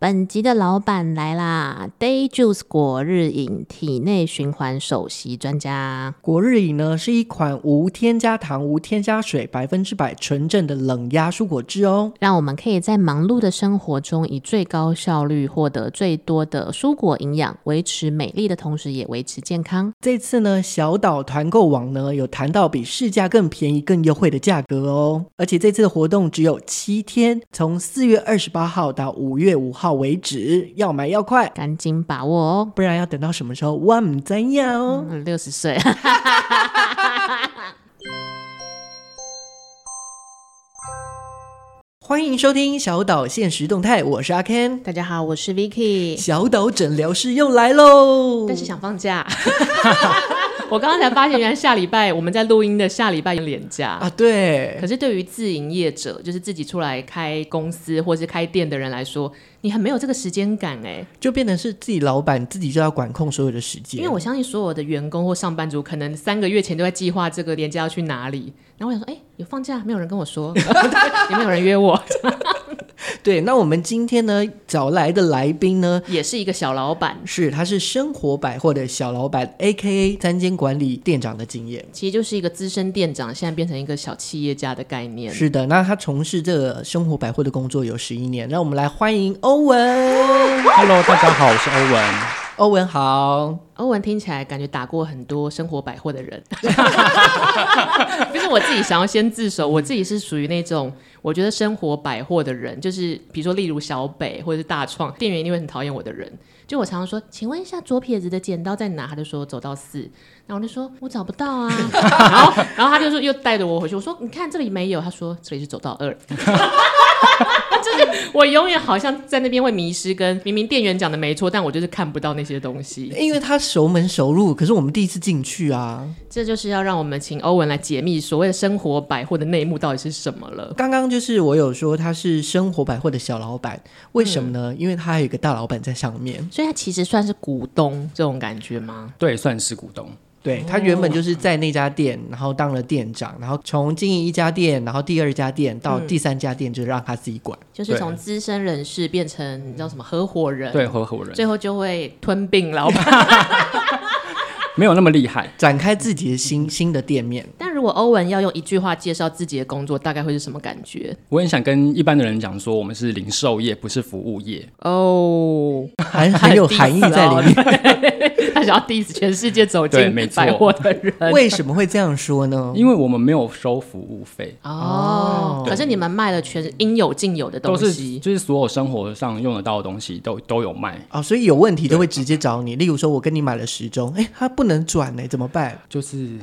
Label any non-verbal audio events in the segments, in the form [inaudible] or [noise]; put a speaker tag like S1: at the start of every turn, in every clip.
S1: 本集的老板来啦，Day Juice 果日饮体内循环首席专家。
S2: 果日饮呢是一款无添加糖、无添加水、百分之百纯正的冷压蔬果汁哦。
S1: 让我们可以在忙碌的生活中，以最高效率获得最多的蔬果营养，维持美丽的同时，也维持健康。
S2: 这次呢，小岛团购网呢有谈到比市价更便宜、更优惠的价格哦。而且这次的活动只有七天，从四月二十八号到五月五号为止，要买要快，
S1: 赶紧把握哦！
S2: 不然要等到什么时候？我唔知呀哦。
S1: 嗯，六十岁，
S2: 欢迎收听小岛现实动态，我是阿 Ken，
S1: 大家好，我是 Vicky，
S2: 小岛诊疗室又来喽。
S1: 但是想放假。 [laughs] 我刚刚才发现，原来下礼拜我们在录音的下礼拜有连假
S2: 啊，对
S1: 可，是对于自营业者，就是自己出来开公司或是开店的人来说，你很没有这个时间感哎、
S2: 就变成是自己老板自己就要管控所有的时间，
S1: 因为我相信所有的员工或上班族，可能三个月前都在计划这个年假要去哪里。然后我想说，哎、有放假，没有人跟我说， [laughs] 也没有人约我，
S2: 对，那我们今天呢找来的来宾呢，
S1: [laughs] 也是一个小老板，
S2: 是他是生活百货的小老板，A K A 三间管理店长的经验。
S1: 其实就是一个资深店长，现在变成一个小企业家的概念。
S2: 是的，那他从事这个生活百货的工作有十一年，让我们来欢迎欧文。
S3: Hello，大家好，我是欧文。
S2: 欧文好，
S1: 欧文听起来感觉打过很多生活百货的人，就是我自己想要先自首，我自己是属于那种我觉得生活百货的人，就是比如说例如小北或者是大创，店员一定会很讨厌我的人。就我常常说，请问一下左撇子的剪刀在哪？他就说走到四，然后我就说我找不到啊，然后然后他就说又带着我回去，我说你看这里没有，他说这里是走到二。就是我永远好像在那边会迷失，跟明明店员讲的没错，但我就是看不到那些东西。
S2: 因为他熟门熟路，可是我们第一次进去啊。
S1: 这就是要让我们请欧文来解密所谓的生活百货的内幕到底是什么了。
S2: 刚刚就是我有说他是生活百货的小老板，为什么呢？因为他还有一个大老板在上面。
S1: 所以他其实算是股东这种感觉吗？
S3: 对，算是股东。
S2: 对他原本就是在那家店，然后当了店长，然后从经营一家店，然后第二家店到第三家店，就让他自己管。
S1: 就是从资深人士变成你知道什么合伙人，
S3: 对，合伙人
S1: 最后就会吞并老 [laughs] 板。
S3: 没有那么厉害。
S2: 展开自己的新新的店 [laughs] 面。
S1: 但如果欧文要用一句话介绍自己的工作，大概会是什么感觉？
S3: 我很想跟一般的人讲说，我们是零售业，不是服务业。
S1: 哦， [laughs]
S2: 很很有含义在里面。
S1: 面。 [laughs] 他想要 diss 全世界走
S3: 对
S1: 进
S3: 没错
S1: 百货的人。
S2: 为什么会这样说呢？
S3: 因为我们没有收服务费，
S1: 哦，可是你们卖了全应有尽有的
S3: 都
S1: 东
S3: 是
S1: 西，
S3: 就是所有生活上用得到的东西都都有卖。
S2: 哦，所以有问题就会直接找你。例如说，我跟你买了时钟，哎，它不能转呢，怎么办？
S3: 就是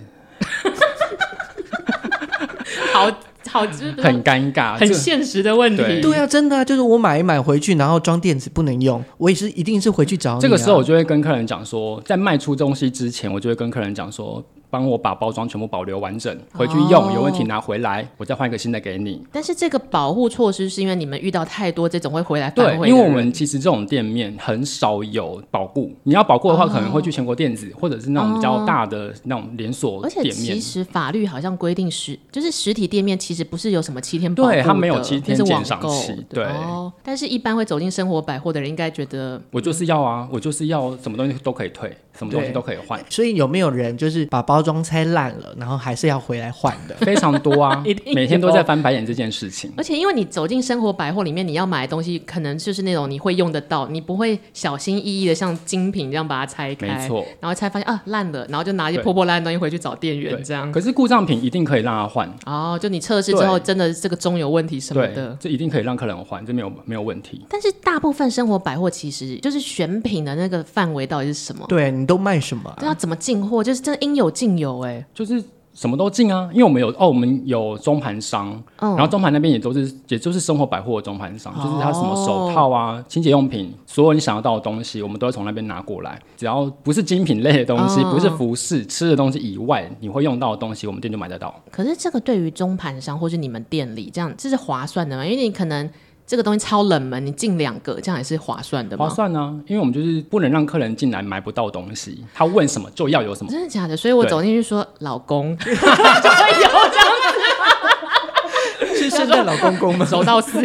S1: 好好，就是不是
S3: 啊很尴尬，
S1: 很
S3: 就
S1: 现实的问题。
S3: 对
S2: 对啊，真的啊，就是我买一买回去，然后装电池不能用，我也是一定是回去找你、啊。
S3: 这个时候我就会跟客人讲说，在卖出东西之前，我就会跟客人讲说，帮我把包装全部保留完整，回去用，有问题拿回来，我再换一个新的给你。
S1: 但是这个保护措施是因为你们遇到太多这种会回来反
S3: 对
S1: 悔，的
S3: 因为我
S1: 人
S3: 们其实这种店面很少有保固，你要保固的话，可能会去全国电子、或者是那种比较大的那种连锁
S1: 哦而且
S3: 店面
S1: 其。实法律好像规定实就是实体店面其实不是有什么七天保护
S3: 对它
S1: 的
S3: 没有七天
S1: 那是网
S3: 鉴赏
S1: 购
S3: 期对
S1: 哦，但是一般会走进生活百货的人应该觉得
S3: 我就是要啊，我就是要什么东西都可以退，什么东西
S2: 对
S3: 都可以换，
S2: 所以有没有人就是把包装拆烂了，然后还是要回来换的？
S3: 非常多
S1: [laughs]
S3: 啊
S1: 一定，有
S3: 每天都在翻白眼这件事情。
S1: 而且因为你走进生活百货里面，你要买的东西可能就是那种你会用得到，你不会小心翼翼的像精品这样把它拆开，
S3: 没错，
S1: 然后才发现啊烂了，然后就拿一些
S3: 对
S1: 破破烂烂的东西回去找店员
S3: 对
S1: 这样。
S3: 可是故障品一定可以让他换，
S1: 哦，就你测试之后，
S3: 对
S1: 真的这个钟有问题什么
S3: 对
S1: 的，。
S3: 这一定可以让客人换，这没有没有问题。
S1: 但是大部分生活百货其实就是选品的那个范围到底是什么？
S2: 对你都卖什么啊、
S1: 对，要怎么进货，就是真的应有尽有哎、
S3: 就是什么都进啊，因为我们有哦，我们有中盘商，
S1: 嗯哦
S3: 然后中盘那边也都是，也就是生活百货的中盘商，就是它什么手套啊、清洁用品，所有你想得到的东西，我们都会从那边拿过来。只要不是精品类的东西，
S1: 嗯
S3: 不是服饰、吃的东西以外，你会用到的东西，我们店就买得到。
S1: 可是这个对于中盘商或是你们店里这样，这是划算的吗？因为你可能这个东西超冷门，你进两个这样也是划算的吗？
S3: 划算啊，因为我们就是不能让客人进来买不到东西，他问什么就要有什么。
S1: 真的假的？所以我
S3: 对
S1: 走进去说“老公”，就会有这样
S2: 是圣诞老公公吗？
S3: [laughs]
S1: 走到四，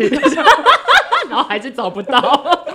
S1: 然后还是找不到。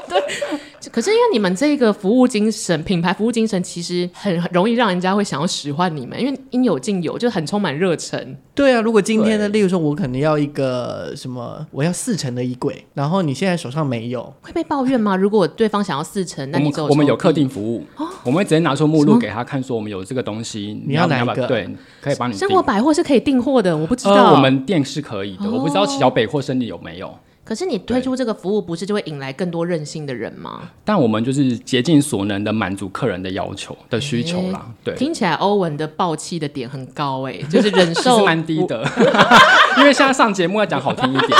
S1: 可是因为你们这个服务精神、品牌服务精神，其实很很容易让人家会想要使唤你们，因为应有尽有，就很充满热忱。
S2: 对啊，如果今天呢，
S3: 对
S2: 例如说我可能要一个什么，我要四成的衣柜，然后你现在手上没有，
S1: 会被抱怨吗？如果对方想要四成，那
S3: 我
S1: 你
S3: 们
S1: 只
S3: 我们
S1: 抽
S3: 有
S1: 屉
S3: 客定服务，我们会直接拿出目
S1: 哦什么
S3: 录给他看，说我们有这个东西，
S2: 你要
S3: 不
S2: 哪一
S3: 把
S2: 个
S3: 对，可以帮你
S1: 生
S3: 定
S1: 活百货是可以订货的，我不知道。哦
S3: 呃，我们店是可以的，我不知道小北或生理有没有，
S1: 可是你推出这个服务，不是就会引来更多任性的人吗？
S3: 但我们就是竭尽所能的满足客人的要求的需求啦。对，
S1: 听起来欧文的暴气的点很高
S3: [laughs]
S1: 哎、就是忍
S3: 其实
S1: 受
S3: 蛮低的， [laughs] 因为现在上节目要讲好听一点。
S1: [laughs]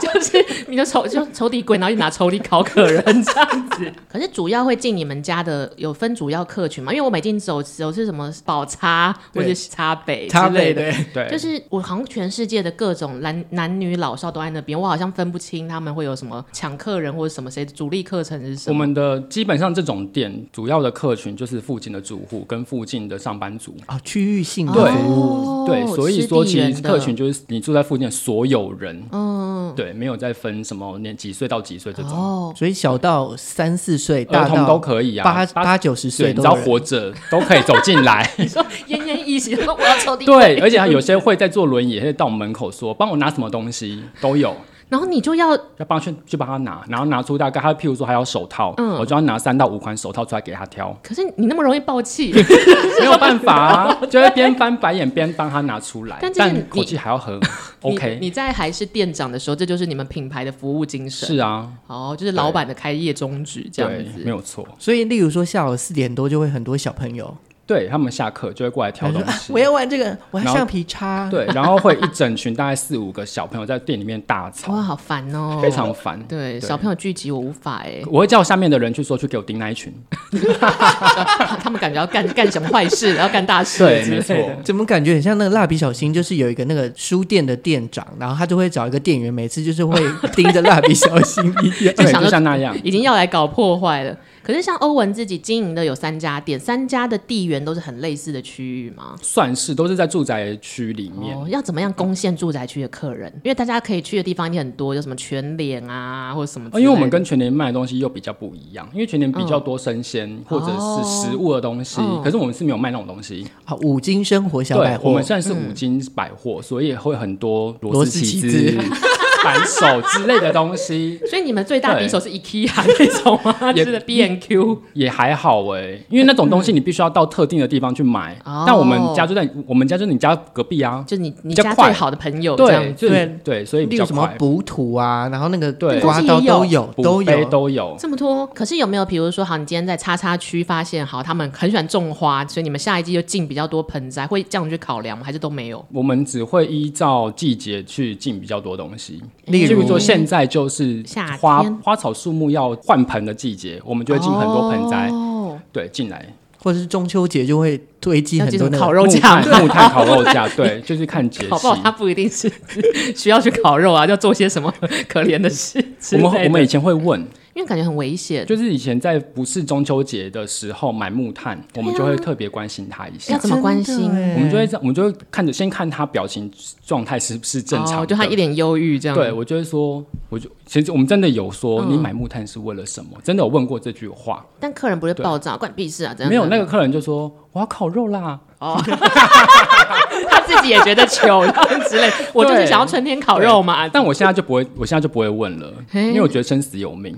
S1: 就是你的抽就抽屉柜，然后就拿抽屉烤客人这样 [laughs] 子。可是主要会进你们家的有分主要客群嘛？因为我每进走走是什么宝茶或者
S2: 对
S1: 是茶北
S2: 差
S1: 之类
S2: 倍
S1: 的。
S2: 对，
S3: 对，
S1: 就是我好像全世界的各种男男女老少都在那边，我好像分不清他们会有什么抢客人或者什么谁的主力课程是什
S3: 我
S1: 么。
S3: 们的基本上这种店主要的客群就是附近的住户跟附近的上班族。
S2: 啊，区域性的
S3: 对
S2: 服务，
S1: 哦
S3: 对，所以说
S1: 吃地
S3: 其
S1: 缘
S3: 实
S1: 的
S3: 客群就是你住在附近的所有人，
S1: 嗯，
S3: 对，没有再分什么年几岁到几岁这种，
S1: 哦，
S2: 所以小到三四岁，大
S3: 儿童都
S2: 到
S3: 可以啊，
S2: 八
S3: 八
S2: 八九十
S3: 对，
S2: 岁
S3: 你只
S2: 都
S3: 要
S2: 有人，
S3: 活着都可以走进来。
S1: 你
S3: [laughs]
S1: 说奄奄一息，说我要抽屉柜
S3: 对，而且还有些会在坐轮椅，也会到我们门口说帮我拿什么东西
S1: [laughs]
S3: 都有，
S1: 然后你就要
S3: 要帮他去去帮他拿，然后拿出大概他譬如说还有手套，
S1: 嗯
S3: 我就要拿三到五款手套出来给他
S1: [laughs]，
S3: 挑
S1: 可是你那么容易爆
S3: [laughs]
S1: 气，
S3: 没有办法、啊，就会边翻白眼边帮他拿出来，
S1: 但
S3: 但
S1: 这是你
S3: 口气还要很
S1: 你
S3: OK，
S1: 你在还是店长的时候，这就是你们品牌的服务精神。
S3: 是啊，
S1: 哦，就是老板的开业宗旨这样
S3: 对，没
S1: 子。
S3: 有错，
S2: 所以例如说下午四点多就会很多小朋友，
S3: 对他们下课就会过来挑
S2: 他
S3: 东
S2: 说啊
S1: [laughs]
S3: 西
S2: 我。要玩这个，我要
S3: 然后
S2: 橡皮擦，
S3: 对，然后会一整群大概四五个小朋友在店里面大吵，
S1: 哇，好烦哦，
S3: 非常烦。
S1: 对
S3: 对，
S1: 小朋友聚集我无法哎
S3: 我会叫下面的人去说去给我盯那
S1: [laughs]
S3: 一群。
S1: 他们感觉要干干什么坏事，然后干大事
S3: 对，
S1: 之类的。
S3: 没错。
S2: [laughs] 怎么感觉很像那个蜡笔小新？就是有一个那个书店的店长，然后他就会找一个店员，每次就是会盯着蜡笔小新 [laughs] 一样。
S1: 就
S3: 对，
S1: 想
S3: 就
S1: 说
S3: 像那样。
S1: 已经要来搞破坏了。可是像欧文自己经营的有三家店，三家的地缘都是很类似的区域吗？
S3: 算是都是在住宅区里面。
S1: 哦，要怎么样攻陷住宅区的客人？因为大家可以去的地方一定很多，有什么全脸啊，或者什么之类的、
S3: 呃因为我们跟全年卖的东西又比较不一样，因为全年比较多生鲜或者是食物的东西，
S1: 哦
S3: 可是我们是没有卖那种东西。
S2: 好，五金生活小百
S3: 对，我
S2: 货
S3: 们，算是五金百货，所以会很多
S2: 螺
S3: 螺
S2: 丝
S3: 丝
S2: 起
S3: 起
S2: 子
S3: 子、 [laughs] 扳手之类的东西，
S1: 所以你们最大
S3: 对
S1: 敌手是 IKEA 那种吗？
S3: 也
S1: 就是 B N Q
S3: 也还好哎、因为那种东西你必须要到特定的地方去买，
S1: 哦
S3: 但我们家就在我们家就是你家隔壁啊，
S1: 就你你
S3: 比较
S1: 家
S3: 快
S1: 最好的朋友这
S3: 对，
S1: 样，
S3: 就
S2: 对
S3: 对，所以
S2: 例
S3: 比
S2: 如
S3: 较
S2: 什么
S3: 快，
S2: 补土啊，然后那个
S3: 对
S2: 刮刀都有，都
S3: 补杯
S2: 有。
S3: 都有，
S1: 这么多。可是有没有比如说，好，你今天在叉叉区发现，好，他们很喜欢种花，所以你们下一季就进比较多盆栽，会这样去考量吗？还是都没有？
S3: 我们只会依照季节去进比较多东西，
S2: 例
S3: 譬
S2: 如
S3: 如说现在就是
S1: 夏
S3: 花
S1: 天
S3: 花草树木要换盆的季节，我们就会进很多盆栽，
S1: 哦
S3: 对，进来
S2: 或者是中秋节就会堆积
S1: 要
S2: 很
S1: 进
S2: 多
S1: 什
S2: 那
S1: 么
S2: 个
S1: 烤肉
S3: 木
S1: 架
S3: 炭木
S1: [laughs]
S3: 炭烤肉架，对，就是看节
S1: 搞
S3: 气
S1: 不。 [laughs] 好他不一定是需要去烤肉啊，要做些什么可怜的事之
S3: 我
S1: 类的。
S3: 们我们以前会问，
S1: 因为感觉很危险，
S3: 就是以前在不是中秋节的时候买木炭，我们就会特别关心它一
S1: 啊要
S3: 下。
S1: 怎么关心
S2: 真的耶
S3: 我们就会这样我们就会看着先看他表情状态是不是正常的、
S1: 哦就他一脸忧郁这样。
S3: 对，我就会说，我就其实我们真的有说，
S1: 嗯
S3: 你买木炭是为了什么？真的有问过这句话，
S1: 但客人不会爆炸，关你屁事啊！这样
S3: 没有那个客人就说我要烤肉啦，
S1: 他自己也觉得糗，然后之
S3: [laughs]
S1: 类。我就是想要春天烤肉嘛，
S3: 但我现在就不会，我现在就不会问了，
S1: [laughs] 嘿
S3: 因为我觉得生死有命。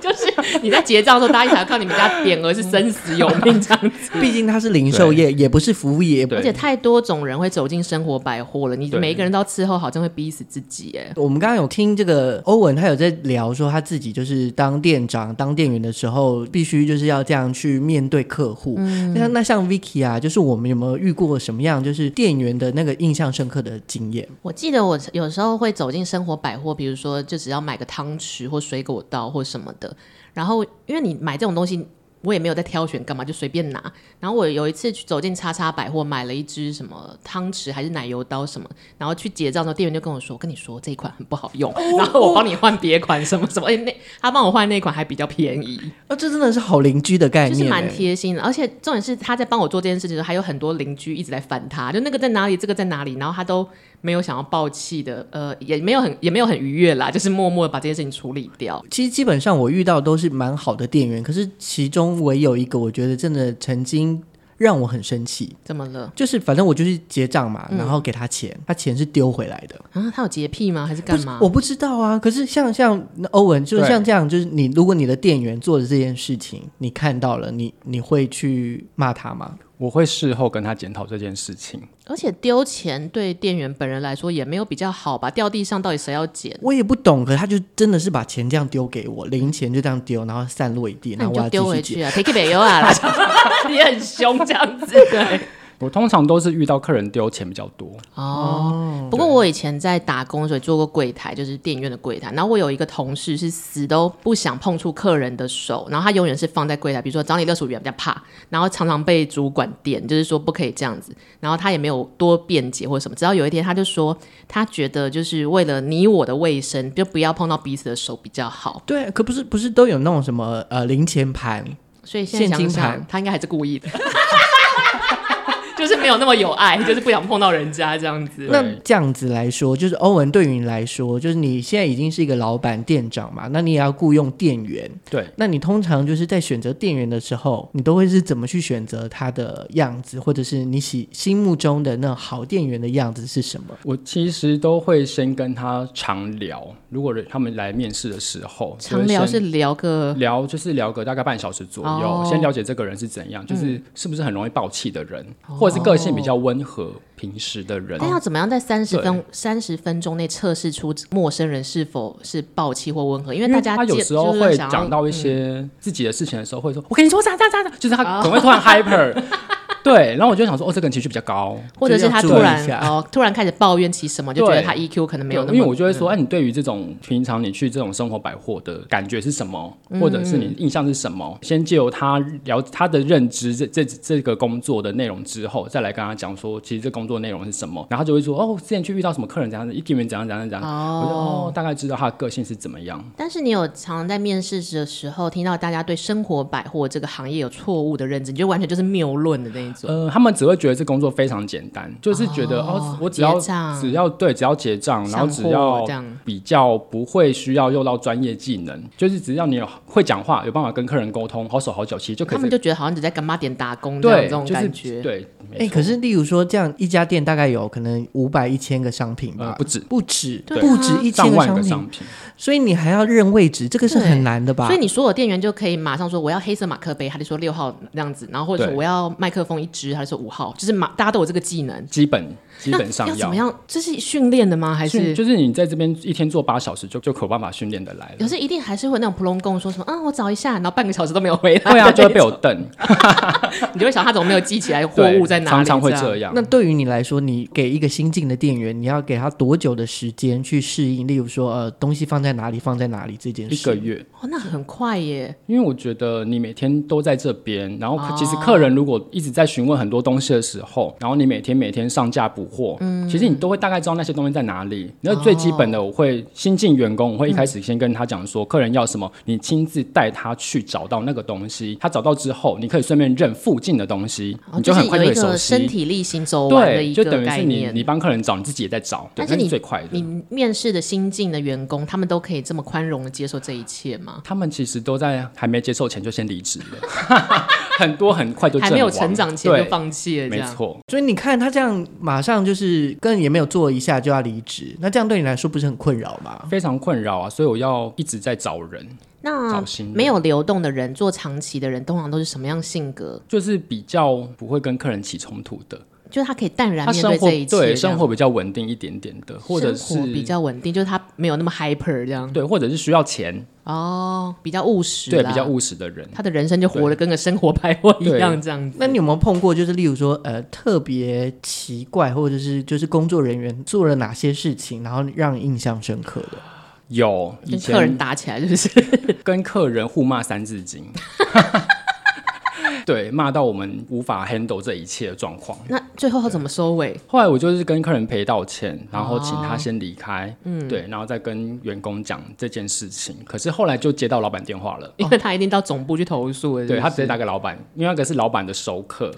S1: 就是你在结账的时候，大家一想看你们家匾额是生死有命这样子。
S2: 毕竟它是零售业，也不是服务业。
S3: 对
S1: 而且太多种人会走进生活百货了，你
S3: 对
S1: 每一个人到伺候好像会逼死自己哎。
S2: 我们刚刚有听这个欧文，他有在聊说他自己就是当店长、当店员的时候，必须就是要这样去面对客户。
S1: 嗯
S2: 那那像 Vicky 啊，就是我们有没有遇过什么样就是店员的那个印象深刻的经验？
S1: 我记得我有时候会走进生活百货，比如说就只要买个汤匙或水果刀或什么的，然后因为你买这种东西。我也没有在挑选干嘛，就随便拿。然后我有一次去走进叉叉百货，买了一支什么汤匙还是奶油刀什么，然后去结账的时候，店员就跟我说：“我跟你说这一款很不好用， [laughs] 然后我帮你换别款什么什么。哎，那他帮我换那款还比较便宜。”
S2: 啊，这真的是好邻居的概
S1: 就
S2: 念、
S1: 是蛮
S2: 欸
S1: 贴心的，而且重点是他在帮我做这件事情的时候，还有很多邻居一直在烦他，就那个在哪里，这个在哪里，然后他都没有想要爆气的，呃，也没有很也没有很愉悦啦，就是默默地把这件事情处理掉。
S2: 其实基本上我遇到都是蛮好的店员，可是其中唯有一个我觉得真的曾经让我很生气，
S1: 怎么了？
S2: 就是反正我就是结账嘛，
S1: 嗯
S2: 然后给他钱，他钱是丢回来的。
S1: 啊，他有洁癖吗？还是
S2: 不
S1: 干
S2: 是
S1: 嘛？
S2: 我不知道啊，可是像像欧文，就是
S3: 对
S2: 像这样，就是你如果你的店员做的这件事情，你看到了，你你会去骂他吗？
S3: [laughs] 我会事后跟他检讨这件事情。
S1: 而且丢钱对店员本人来说也没有比较好吧？掉地上到底谁要捡？
S2: 我也不懂，可是他就真的是把钱这样丢给我，零钱就这样丢，然后散落一地，
S1: 那
S2: 然后
S1: 你就
S2: 我要继
S1: 丢回
S2: 续捡。
S1: 去啊，take it back 啊 [laughs] 啦，你很凶这样
S2: [laughs]
S1: 子。对，
S3: 我通常都是遇到客人丢钱比较多，
S1: 哦，不过我以前在打工的时候也做过柜台，就是电影院的柜台。然后我有一个同事是死都不想碰触客人的手，然后他永远是放在柜台，比如说找你六十五元比较怕，然后常常被主管点，就是说不可以这样子。然后他也没有多辩解或者什么，直到有一天他就说，他觉得就是为了你我的卫生，就不要碰到彼此的手比较好。
S2: 对，可不是不是都有那种什么呃零钱盘，
S1: 所以现在想
S2: 现金
S1: 想 [laughs]
S2: 盘，
S1: 他应该还是故意的。就是没有那么有爱，就是不想碰到人家这样子。
S2: 那
S3: 对
S2: 这样子来说，就是欧文对于你来说，就是你现在已经是一个老板店长嘛，那你也要雇佣店员。
S3: 对，
S2: 那你通常就是在选择店员的时候，你都会是怎么去选择他的样子，或者是你喜心目中的那种好店员的样子是什么？
S3: 我其实都会先跟他常聊。如果他们来面试的时候，就
S1: 常
S3: 会
S1: 聊
S3: 先
S1: 是聊个
S3: 聊就是聊个大概半小时左右，
S1: 哦嗯
S3: 先了解这个人是怎样，就是是不是很容易爆气的人，
S1: 哦
S3: 或者是个性比较温和、平时的人。
S1: 但要怎么样在三十
S3: 对
S1: 分三十分钟内测试出陌生人是否是暴气或温和？因为
S3: 因
S1: 大家
S3: 他有
S1: 接
S3: 时候
S1: 就是
S3: 会
S1: 想要
S3: 讲到一
S1: 嗯
S3: 些自己的事情的时候，会说：“我跟你说啥啥啥的”，就是他可能会突
S1: [laughs]
S3: 然 hyper。对，然后我就想说，哦，这个人情绪比较高，
S1: 或者是他
S2: 就
S1: 突
S2: 要注意
S1: 然
S2: 一下
S1: 哦，突然开始抱怨起什么，就觉
S3: 对
S1: 得他 EQ 可能没有那
S3: 对
S1: 么。嗯
S3: 因为我就会说，哎、你对于这种平常你去这种生活百货的感觉是什么，或者是
S1: 嗯
S3: 你印象是什么？先借由他聊他的认知这这这个工作的内容之后，再来跟他讲说，其实这工作内容是什么。然后他就会说，哦，之前去遇到什么客人怎样，一店员怎样怎样怎样，我就哦，大概知道他的个性是怎么样。
S1: 但是你有常常在面试的时候听到大家对生活百货这个行业有错误的认知，你就完全就是谬论的那一种。
S3: 呃，他们只会觉得这工作非常简单，就是觉得哦
S1: 哦
S3: 我只要
S1: 结账
S3: 只要对，只要结账，然后只
S1: 上
S3: 要
S1: 货这样
S3: 比较不会需要用到专业技能，就是只要你有会讲话，有办法跟客人沟通，好手好脚，其实就可
S1: 他
S3: 以
S1: 们
S3: 在。
S1: 就觉得好像只在干妈点打工这样
S3: 对，
S1: 这种
S3: 就是
S1: 感觉。
S3: 对，没
S2: 哎、
S3: 错
S2: 可是例如说这样一家店大概有可能五百一千个商品吧，
S3: 呃不止
S2: 不止，
S1: 对啊
S2: 不止一千
S3: 上
S2: 个
S3: 万
S2: 商
S3: 个
S2: 品，
S3: 商品，
S2: 所以你还要认位置，这个是
S1: 对
S2: 很难的吧？
S1: 所以你所有店员就可以马上说我要黑色马克杯，他就说六号那样子，然后或者说
S3: 对
S1: 我要麦克风一支，他就说五号，就是马大家都有这个技能。
S3: 基本基
S1: 那
S3: 本上
S1: 要怎么样？这是训练的吗？还
S3: 训
S1: 是
S3: 就是你在这边一天做八小时就就可有办法训练的来
S1: 可
S3: 了。
S1: 是一定还是会那种普龙共说什么啊，我找一下，然后半个小时都没有回来，
S3: 会
S1: [laughs]
S3: 啊，就会被我瞪，
S1: 你就会想他怎么没有记起来货
S3: 对
S1: 物在哪里？啊
S3: 常常会
S1: 这
S3: 这
S1: 样。
S3: 样
S2: 那。对于你来说，你给一个新进的店员，你要给他多久的时间去适应？例如说，呃，东西放在哪里，放在哪里这件
S3: 一
S2: 事。
S3: 个月，
S1: 哦，那很快耶，
S3: 因为我觉得你每天都在这边，然后
S1: 哦
S3: 客其实客人如果一直在询问很多东西的时候，然后你每天每天上架补货，
S1: 嗯
S3: 其实你都会大概知道那些东西在哪里。然
S1: 哦
S3: 后最基本的，我会新进员工，我会一开始先跟他讲说，客人要什么，你亲自带他去找到那个东西。他找到之后，你可以顺便认附近的东西，
S1: 哦
S3: [laughs] 你
S1: 就
S3: 很
S1: 是
S3: 快
S1: 有
S3: 可
S1: 一
S3: 以熟
S1: 个身
S3: 悉。
S1: 体力行走完的
S3: 对，
S1: 一
S3: 就
S1: 个
S3: 等于
S1: 概
S3: 是你你
S1: 念。
S3: 帮客人找，你自己也在找，对
S1: 但，是
S3: 那
S1: 你
S3: 是最快的。
S1: 你面试的新进的员工，他们都可以这么宽容的接受这一切吗？
S3: 他们其实都在还没接受前就先离职了， [laughs] 很多很快就
S1: 还
S3: 阵
S1: 没有
S3: 亡
S1: 成长前
S3: 对
S1: 就放弃了，这
S3: 没
S1: 样。
S3: 错，
S2: 所以你看，他这样马上就是跟也没有做一下就要离职，那这样对你来说不是很困扰吗？
S3: 非常困扰啊，所以我要一直在找人，
S1: 那
S3: 找新人
S1: 嗯没有流动的人，做长期的人，通常都是什么样性格？
S3: 就是比较不会跟客人起冲突的，
S1: 就是他可以淡然
S3: 他
S1: 面
S3: 生活
S1: 这一切，这
S3: 对
S1: 样
S3: 生活比较稳定一点点的，或者
S1: 生活
S3: 是
S1: 比较稳定，就是他没有那么 hyper 这样。
S3: 对，或者是需要钱，
S1: 哦，比较务实，
S3: 对，比较，务实的人。
S1: 他的人生就活得跟个生活百货一样这样子。
S2: 那你有没有碰过，就是例如说，呃，特别奇怪，或者是就是工作人员做了哪些事情，然后让你印象深刻的？
S3: 有以
S1: 跟客人
S3: 前
S1: 打起来就是 [laughs]
S3: 跟客人互骂三字经， [laughs] 对，骂到我们无法 handle 这一切的状况。
S1: 那最后要怎么收尾？
S3: 后来我就是跟客人赔道歉，然后请他先离开，嗯，对，然后再跟员工讲这件事情。可是后来就接到老板电话了。
S1: [laughs] 因为他一定到总部去投诉了是不是 [laughs]
S3: 对他直接打给老板，因为那个是老板的熟客，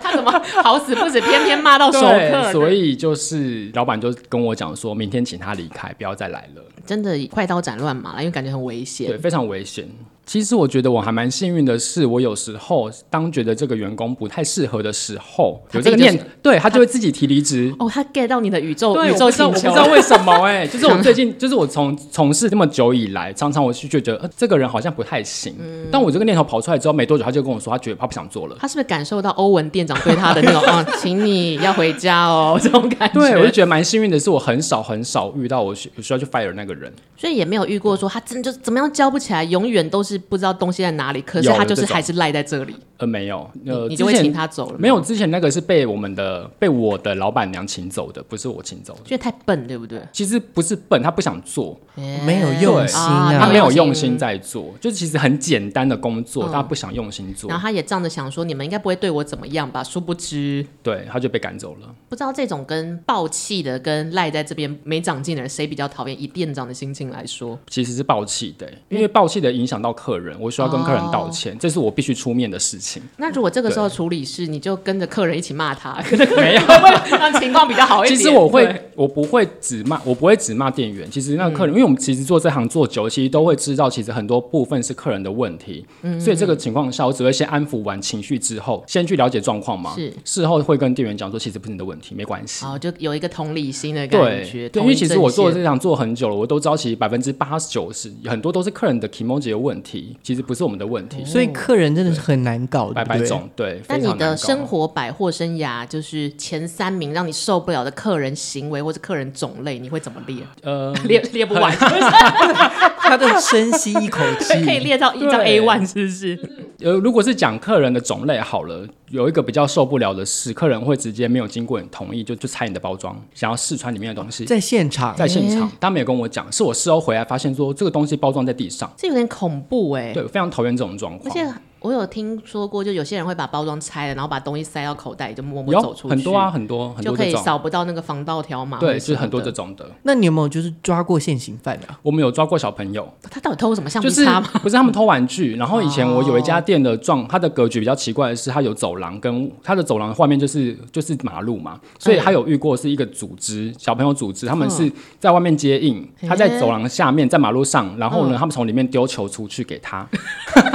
S1: 他怎么好死不死偏偏骂到熟
S3: 对，
S1: 客？
S3: 所以就是老板就跟我讲说，明天请他离开，不要再来了，
S1: 真的快刀斩乱麻了，因为感觉很危
S3: 对，
S1: 险。
S3: 非常危险。其实我觉得我还蛮幸运的是，我有时候当觉得这个员工不太适合的时候，
S1: 他
S3: 有
S1: 自
S3: 这
S1: 己
S3: 个
S1: 就是
S3: 念，对他就会自己提离职。
S1: 哦，他 get 到你的宇宙
S3: 对，
S1: 宇
S3: 我
S1: 宙
S3: 不知道，
S1: 星
S3: 我不知
S1: 球
S3: 道为什么
S1: [laughs]
S3: 哎、就是我最近，就是我从从事这么久以来，常常我去就觉得、呃、这个人好像不太行。但我这个念头跑出来之后，没多久他就跟我说，他觉得他不想做了。
S1: 嗯他是不是感受到欧文店长对他的那种哦，请你要回家哦这种感觉？
S3: 对，我就觉得蛮幸运的是，我很少很少遇到我需需要去 fire 那个人。
S1: 所以也没有遇过说他真的就怎么样教不起来，永远都是不知道东西在哪里，可是
S3: 有
S1: 他就是
S3: 这种
S1: 还是赖在这里，
S3: 呃，没有，呃，
S1: 你你就会
S3: 之前
S1: 请他走了吗
S3: 没有，之前那个是被我们的被我的老板娘请走的，不是我请走的。
S1: 因为太笨，对不对？
S3: 其实不是笨，他不想做，
S2: 没有用心啊
S1: 对
S3: 他没有用
S1: 心
S3: 心在做，就是其实很简单的工作，
S1: 嗯
S3: 他不想用心做
S1: 然，后他也仗着想说你们应该不会对我怎么样吧，殊不知
S3: 对，他就被赶走了。
S1: 不知道这种跟暴气的、跟赖在这边没长进的人，谁比较讨厌？以店长的心情来说，
S3: 其实是暴气的，因为暴气的影响到客人，我需要跟客人道歉，
S1: 哦
S3: 这是我必须出面的事情。
S1: 那如果这个时候处理是，你就跟着客人一起骂他，可能
S3: 没有，
S1: [laughs] 让情况比较好一
S3: 其
S1: 点。
S3: 实我
S1: 对嗯
S3: 会，我不会只骂，我不会只骂店员。其实那个客人，因为我们其实做这行做久了，其实都会知道，其实很多部分是客人的问题。
S1: 嗯
S3: 所以这个情况下，我只会先安抚完情绪之后，先去了解状况嘛。
S1: 是
S3: 事后会跟店员讲说，其实不是你的问题，没关系。
S1: 哦，就有一个同理心的感觉。
S3: 对，对，
S1: 同
S3: 因为
S1: 一
S3: 其实
S1: 阵
S3: 我做
S1: 线
S3: 这行做很久了，我都知道，其实百分之八十九十很多都是客人的 emoji 的问题，其实不是我们的问题，
S2: 所以客人真的是很难搞，
S3: 百
S2: 对
S3: 百
S2: 不对？
S3: 种对。
S1: 嗯那
S3: 非
S1: 你
S3: 常难
S1: 的
S3: 搞
S1: 生活百货生涯，就是前三名让你受不了的客人行为或者客人种类，你会怎么列？
S3: 呃，
S1: 列列不完，
S2: 他的深吸一口
S3: [laughs]
S2: 气，
S1: [laughs] 可以列到一张 A
S3: 对
S1: one 是不是？
S3: 呃，如果是讲客人的种类好了，有一个比较受不了的是，客人会直接没有经过你同意就就拆你的包装，想要试穿里面的东
S1: 哦
S3: 西，
S2: 在现场
S3: 在现
S1: 嗯
S3: 场，他没有跟我讲，是我事后回来发现说这个东西包装在地上，
S1: 这有点恐怖哎、
S3: 对，我非常讨厌这种状
S1: 而
S3: 况。
S1: 且我有听说过，就有些人会把包装拆了，然后把东西塞到口袋里，就默默
S3: 有
S1: 走出去，
S3: 很多啊，，很多很
S1: 就
S3: 多
S1: 可
S3: 这
S1: 以
S3: 种，
S1: 扫不到那个防盗条码。
S3: 对，就是很多这
S1: 的。
S3: 种的。
S2: 那你有没有就是抓过现行犯啊？
S3: 我们有抓过小朋友，
S1: 他到底偷什么橡皮
S3: 就是
S1: 擦
S3: [laughs]
S1: 吗？
S3: 不是
S1: [laughs]
S3: 他们偷玩具？然后以前我有一
S1: 哦
S3: 家店的状，它的格局比较奇怪的是，它有走廊跟它的走廊画面就是就是马路嘛，所以
S1: 嗯
S3: 还有遇过是一个组织小朋友组织，他们是在外面接应，他在走廊下面在马路上，然
S1: 嗯
S3: 后呢，他们从里面丢球出去
S1: [laughs]
S3: 给他，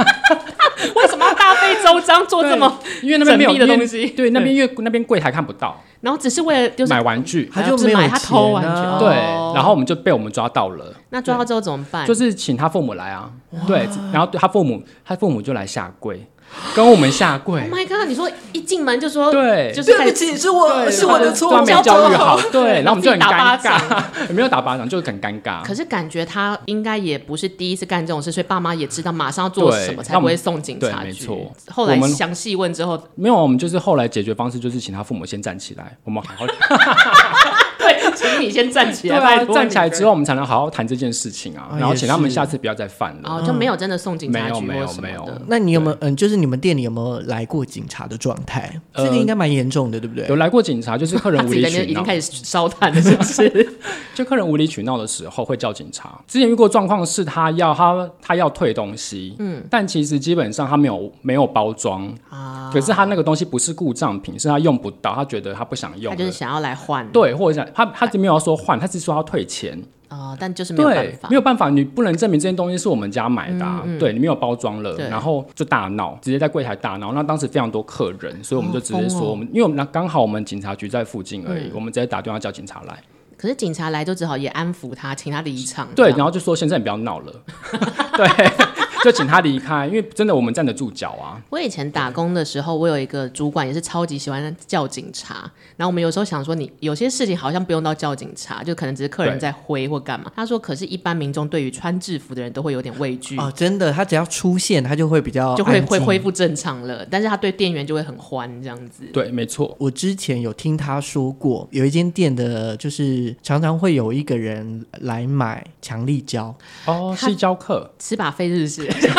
S1: 为什么要大费周章做这么？
S3: 因为那边没有
S1: 神秘的
S3: 因为
S1: 东西
S3: 对，那边因为那边柜台看不到，
S1: 然后只是为了就是
S3: 买玩具。
S2: 他就
S1: 不是
S2: 没有
S1: 买他偷
S2: 钱
S1: 玩具
S2: 啊
S3: 对
S1: 哦，
S3: 然后我们就被我们抓到了，
S1: 那抓到之后怎么办？
S3: 就是请他父母来啊，对，然后他父母他父母就来下跪，跟我们下跪
S1: Oh，my god！你说一进门就说，
S3: 对
S1: 就是
S2: 对
S1: 在
S2: 不起，是我是我的错，
S3: 对他啊没教育好，
S1: [laughs]
S3: 对，然后我们就很
S1: 然后
S3: 尴
S1: 自己打巴
S3: 尬， [laughs] 没有打巴掌，就是很尴尬。
S1: 可是感觉他应该也不是第一次干这种事，所以爸妈也知道马上要做
S3: 对
S1: 什么，才
S3: 那我
S1: 不
S3: 们
S1: 会送警察
S3: 对没
S1: 局
S3: 错。
S1: 后来
S3: 我们
S1: 详细问之后，
S3: 没有，我们就是后来解决方式就是请他父母先站起来，我
S1: [laughs]
S3: 们好好
S1: 对，请你先站起
S3: [laughs]
S1: 来，
S3: 对啊
S1: 拜，托
S3: 站起来之
S1: 后，
S3: 后，我们才能好好谈这件事情啊
S2: 啊，
S3: 然后请他
S2: 也
S3: 们
S2: 是
S3: 下次不要再犯了。
S1: 哦哦，就没有真的送警察
S3: 嗯没有
S1: 局
S3: 没
S1: 或
S3: 有
S1: 什么
S3: 没有
S1: 的。
S2: 那你有没有嗯，就是你们店里有没有来过警察的状态？这个应该蛮严重的，对不对？
S3: 有来过警察，就是
S1: 他
S3: 客人无
S1: 自己
S3: 理
S1: 在那边
S3: 取
S1: 已经
S3: 闹，
S1: 开始烧炭了，是不
S3: [laughs]
S1: 是？
S3: 就客人无理取闹的时候会叫警察。之前遇过状况是他要他他要退东西，嗯，但其实基本上他没有没有包装，
S1: 啊，
S3: 可是他那个东西不是故障品，是他用不到，他觉得他不想用
S1: 他
S3: 了，
S1: 就是想要来换，
S3: 对，或者想他他没有要说换，他是说要退钱，
S1: 哦，但就是没有办
S3: 对，
S1: 法嗯
S3: 没。有办法，你不能证明这件东西是我们家买的、啊，对你没有包装了
S1: 对，
S3: 然后就大闹，直接在柜台大闹。那当时非常多客人，所以我们就直接
S1: 好疯
S3: 说，
S1: 哦嗯
S3: 我们因为我们那刚好我们警察局在附近而已，我们直接打电话叫警察来，
S1: 可是警察来就只好也安抚他，请他离场。
S3: 对，
S1: 这样
S3: 然后就说先生你不要闹了， [laughs] 对，就请他离开，因为真的我们站得住脚啊。
S1: 我以前打工的时候，我有一个主管也是超级喜欢叫警察。然后我们有时候想说你，有些事情好像不用到叫警察，就可能只是客人
S3: 对
S1: 在挥或干嘛。他说，可是，一般民众对于穿制服的人都会有点畏惧，
S2: 哦，真的，他只要出现，他就会比较
S1: 就会
S2: 安静
S1: 会恢复正常了。但是他对店员就会很欢这样子。
S3: 对，没错，
S2: 我之前有听他说过，有一间店的，就是常常会有一个人来买强力胶，
S3: 哦，
S1: 他
S3: 西郊客，
S2: [laughs]
S1: 吃把费是不是？就